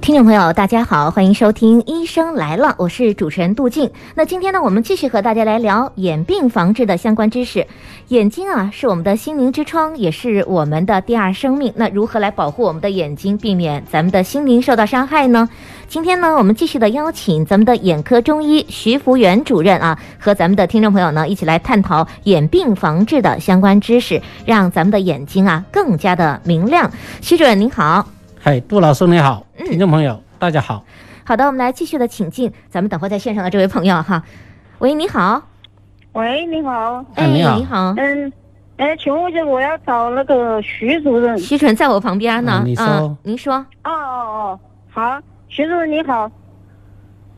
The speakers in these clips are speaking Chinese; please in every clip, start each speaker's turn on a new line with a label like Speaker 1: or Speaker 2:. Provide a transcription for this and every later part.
Speaker 1: 听众朋友，大家好，欢迎收听《医生来了》，我是主持人杜静。那今天呢，我们继续和大家来聊眼病防治的相关知识。眼睛啊，是我们的心灵之窗，也是我们的第二生命。那如何来保护我们的眼睛，避免咱们的心灵受到伤害呢？今天呢，我们继续的邀请咱们的眼科中医徐福元主任啊，和咱们的听众朋友呢一起来探讨眼病防治的相关知识，让咱们的眼睛啊更加的明亮。徐主任您好。
Speaker 2: 嗨，杜老师你好，
Speaker 3: 嗯
Speaker 2: 听众朋友、大家好。
Speaker 1: 好的，我们来继续的请进咱们等会在线上的这位朋友哈。喂，你好，
Speaker 3: 喂，你好，
Speaker 2: 哎你好
Speaker 1: 你好，
Speaker 3: 嗯，哎，请问一下，我要找那个徐主任。
Speaker 1: 徐主任在我旁边呢。
Speaker 2: 嗯你说
Speaker 1: 啊您说，
Speaker 3: 哦哦哦，好，徐主任你好，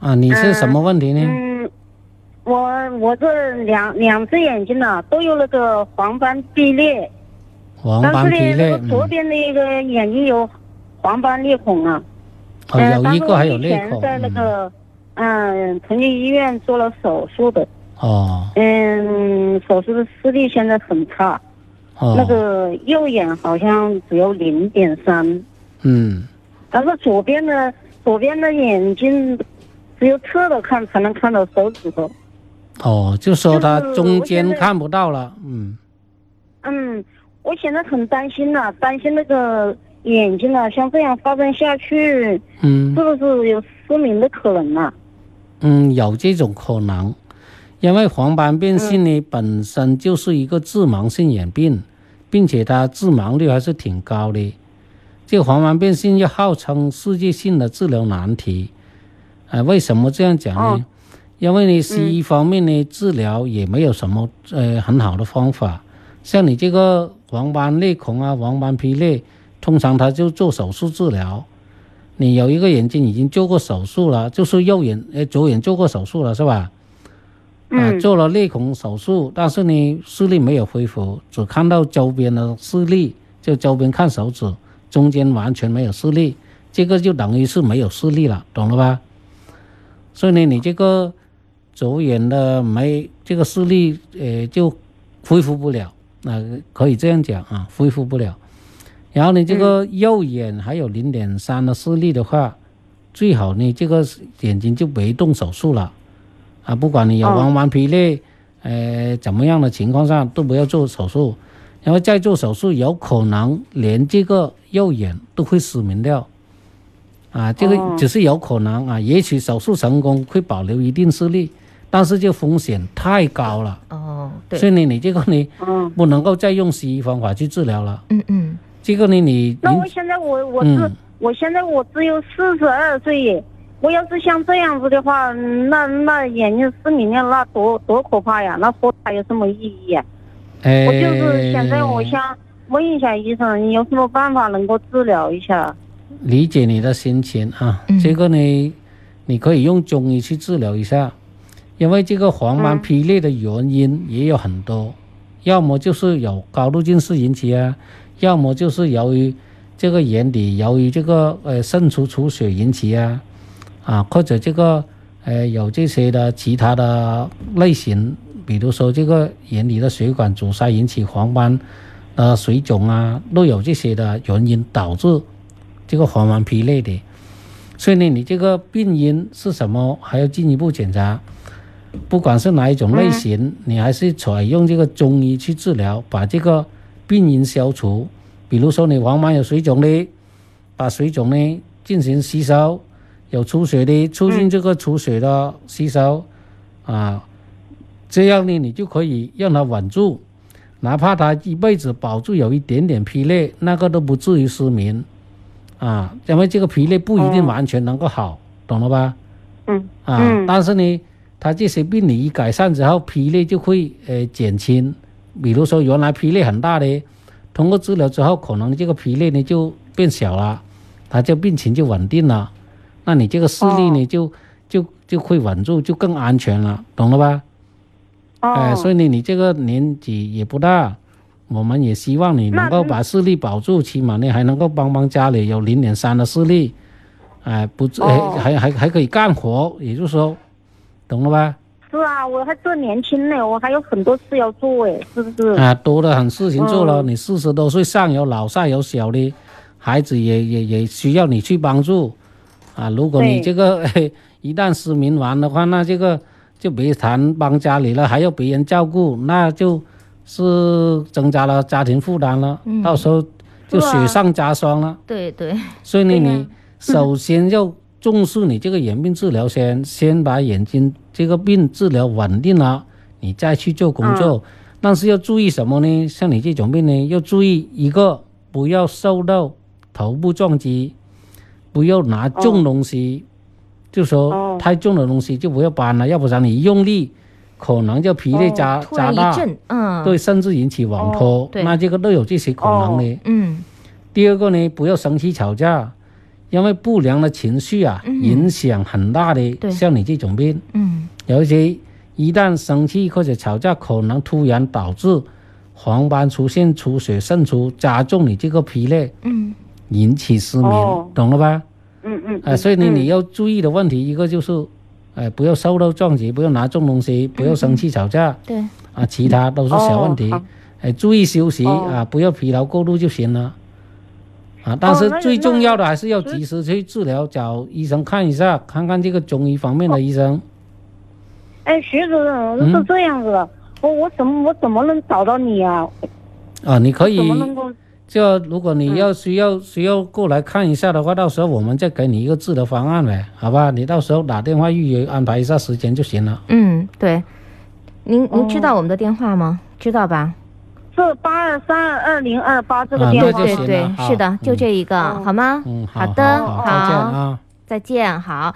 Speaker 2: 啊，你是什么问题呢？
Speaker 3: 嗯，我我这两两只眼睛呢、都有那个黄斑壁裂，
Speaker 2: 黄
Speaker 3: 但
Speaker 2: 斑
Speaker 3: 是
Speaker 2: 比例
Speaker 3: 呢，那，个左
Speaker 2: 嗯
Speaker 3: 边的一个眼睛有黄斑裂孔啊，
Speaker 2: 哦，
Speaker 3: 呃
Speaker 2: 有一
Speaker 3: 当时
Speaker 2: 个
Speaker 3: 我
Speaker 2: 还有
Speaker 3: 以
Speaker 2: 裂
Speaker 3: 前
Speaker 2: 口，
Speaker 3: 在那
Speaker 2: 嗯，
Speaker 3: 个嗯重庆医院做了手术的，
Speaker 2: 哦
Speaker 3: 嗯，手术的视力现在很差，那
Speaker 2: 哦，
Speaker 3: 个右眼好像只有零点三。
Speaker 2: 嗯，
Speaker 3: 但是左边的左边的眼睛只有侧着看才能看到手指头。
Speaker 2: 哦，就说它
Speaker 3: 就是
Speaker 2: 中
Speaker 3: 我现
Speaker 2: 间
Speaker 3: 在
Speaker 2: 看不到了，嗯，
Speaker 3: 嗯，我现在很担心呐、担心那个眼睛啊，像这样发展下去，
Speaker 2: 嗯
Speaker 3: 是不是有失明的可能呐、
Speaker 2: 嗯，有这种可能，因为黄斑变性呢、本身就是一个致盲性眼病，并且它致盲率还是挺高的。这个黄斑变性又号称世界性的治疗难题。啊、为什么这样讲呢？
Speaker 3: 哦
Speaker 2: 因为呢，西医方面呢，治疗也没有什么呃很好的方法。像你这个黄斑裂孔啊、黄斑皮裂，通常它就做手术治疗。你有一个眼睛已经做过手术了，就是右眼呃左眼做过手术了是吧？啊、
Speaker 3: 嗯
Speaker 2: 做了裂孔手术，但是呢视力没有恢复，只看到周边的视力，就周边看手指，中间完全没有视力，这个就等于是没有视力了，懂了吧？所以呢，你这个左眼的没这个视力，呃，就恢复不了，那、可以这样讲啊，恢复不了。然后呢，这个
Speaker 3: 嗯
Speaker 2: 右眼还有零点三的视力的话，最好呢这个眼睛就别动手术了，啊，不管你有
Speaker 3: 哦
Speaker 2: 黄斑皮裂，呃，怎么样的情况下都不要做手术，然后再做手术有可能连这个右眼都会失明掉，啊，这个
Speaker 3: 哦
Speaker 2: 只是有可能啊，也许手术成功会保留一定视力，但是这风险太高了，
Speaker 1: 哦，
Speaker 2: 所
Speaker 1: 对，
Speaker 2: 以呢，你这个呢
Speaker 3: 嗯，
Speaker 2: 不能够再用西医方法去治疗了。
Speaker 1: 嗯嗯，
Speaker 2: 这个呢，你
Speaker 3: 那
Speaker 2: 您
Speaker 3: 我现在我我是、
Speaker 2: 嗯
Speaker 3: 我现在我只有四十二岁耶，我要是像这样子的话，那那眼睛失明了，那多多可怕呀！那活着还有什么意义呀、
Speaker 2: 哎，
Speaker 3: 我就是现在
Speaker 2: 呃
Speaker 3: 我想问一下医生，你有什么办法能够治疗一下？
Speaker 2: 理解你的心情啊，
Speaker 1: 嗯
Speaker 2: 这个呢，你可以用中医去治疗一下，因为这个黄斑
Speaker 3: 嗯
Speaker 2: 皮裂的原因也有很多，要么就是有高度近视引起啊，要么就是由于这个眼底由于这个呃肾出出血引起啊，啊或者这个呃有这些的其他的类型，比如说这个眼底的血管阻塞引起黄斑呃水肿啊，都有这些的原因导致这个黄斑皮类的。所以呢，你这个病因是什么，还要进一步检查。不管是哪一种类型，你还是采用这个中医去治疗，把这个病因消除。比如说你黄斑有水肿的，把水肿呢进行吸收；有出血的，促进这个出血的吸收。啊，这样呢，你就可以让它稳住，哪怕它一辈子保住有一点点疲累，那个都不至于失明。啊，因为这个疲累不一定
Speaker 3: 哦
Speaker 2: 完全能够好，懂了吧？
Speaker 3: 嗯
Speaker 2: 啊，
Speaker 3: 嗯
Speaker 2: 但是呢，它这些病理一改善之后，疲累就会呃减轻。比如说原来疲累很大的，通过治疗之后，可能这个疲累呢就变小了，它就病情就稳定了。那你这个视力
Speaker 3: 哦
Speaker 2: 呢，就就就会稳住，就更安全了，懂了吧？
Speaker 3: 哦，
Speaker 2: 哎，所以呢，你这个年纪也不大，我们也希望你能够
Speaker 3: 那
Speaker 2: 把视力保住，起码呢还能够帮帮家里有零点三的视力，哎，不至，哎
Speaker 3: 哦
Speaker 2: 还还还可以干活，也就是说，懂了吧？
Speaker 3: 是啊，我还这年轻呢，我还有很多事要做哎，是不是？
Speaker 2: 啊，多了很事情做了，
Speaker 3: 嗯
Speaker 2: 你四十多岁，上有老下有小的，孩子也也也需要你去帮助，啊，如果你
Speaker 3: 对
Speaker 2: 这个、 哎、一旦失明完的话，那这个就别谈帮家里了，还要别人照顾，那就是增加了家庭负担了，
Speaker 1: 嗯
Speaker 2: 到时候就雪上加霜了。
Speaker 1: 对对，
Speaker 2: 所以呢，
Speaker 3: 对呀
Speaker 2: 你首先要重视你这个眼病治疗先，先把眼睛这个病治疗稳定了，你再去做工作。但是要注意什么呢？像你这种病呢，要注意一个不要受到头部撞击，不要拿重东西，就说
Speaker 3: 哦
Speaker 2: 太重的东西就不要搬了，要不然你一用力，可能就皮
Speaker 3: 哦
Speaker 2: 裂加
Speaker 1: 突
Speaker 2: 加
Speaker 1: 然
Speaker 2: 大
Speaker 1: 一，震，嗯，
Speaker 2: 对，，甚至引起网
Speaker 3: 哦
Speaker 2: 脱，
Speaker 1: 对
Speaker 2: 那这个都有这些可能的。
Speaker 1: 嗯
Speaker 2: 第二个呢，不要生气吵架，因为不良的情绪啊，
Speaker 1: 嗯
Speaker 2: 影响很大的。
Speaker 1: 对
Speaker 2: 像你这种病，
Speaker 1: 嗯，
Speaker 2: 有一些一旦生气或者吵架，可能突然导致黄斑出现出血渗出，加重你这个疲累，
Speaker 1: 嗯
Speaker 2: 引起失眠，
Speaker 3: 哦
Speaker 2: 懂了吧？
Speaker 3: 嗯嗯，
Speaker 2: 啊、所以呢，
Speaker 3: 嗯
Speaker 2: 你要注意的问题，一个就是，呃，不要受到撞击，不要拿重东西，
Speaker 3: 嗯
Speaker 2: 不要生气吵架，
Speaker 1: 对，
Speaker 2: 啊，其他都是小问题，
Speaker 3: 哦好
Speaker 2: 哎，注意休息、
Speaker 3: 哦
Speaker 2: 啊，不要疲劳过度就行了。啊，但是
Speaker 3: 那
Speaker 2: 最
Speaker 3: 那
Speaker 2: 重要的还是要
Speaker 3: 所以
Speaker 2: 及时去治疗，找医生看一下，看看这个中医方面的医生。
Speaker 3: 哎，徐主任
Speaker 2: 嗯
Speaker 3: 是这样子的，我我怎么我怎么能找到你啊？
Speaker 2: 啊，你可以
Speaker 3: 怎么能够？嗯
Speaker 2: 就如果你要需要需要过来看一下的话，到时候我们再给你一个治疗方案呗，好吧？你到时候打电话预约安排一下时间就行了。
Speaker 1: 嗯对。您您知
Speaker 3: 哦
Speaker 1: 道我们的电话吗？知道吧？
Speaker 3: 是八二三二二零二八这个
Speaker 2: 啊
Speaker 3: 电
Speaker 1: 对
Speaker 3: 话
Speaker 1: 对
Speaker 2: 那就
Speaker 3: 吗？
Speaker 2: 行
Speaker 1: 对
Speaker 2: 了，好
Speaker 1: 是的，就
Speaker 2: 嗯
Speaker 1: 这一个，
Speaker 3: 哦
Speaker 1: 好吗？
Speaker 2: 嗯，
Speaker 1: 好
Speaker 2: 好
Speaker 1: 的，
Speaker 2: 好，再见啊。
Speaker 1: 再见，好。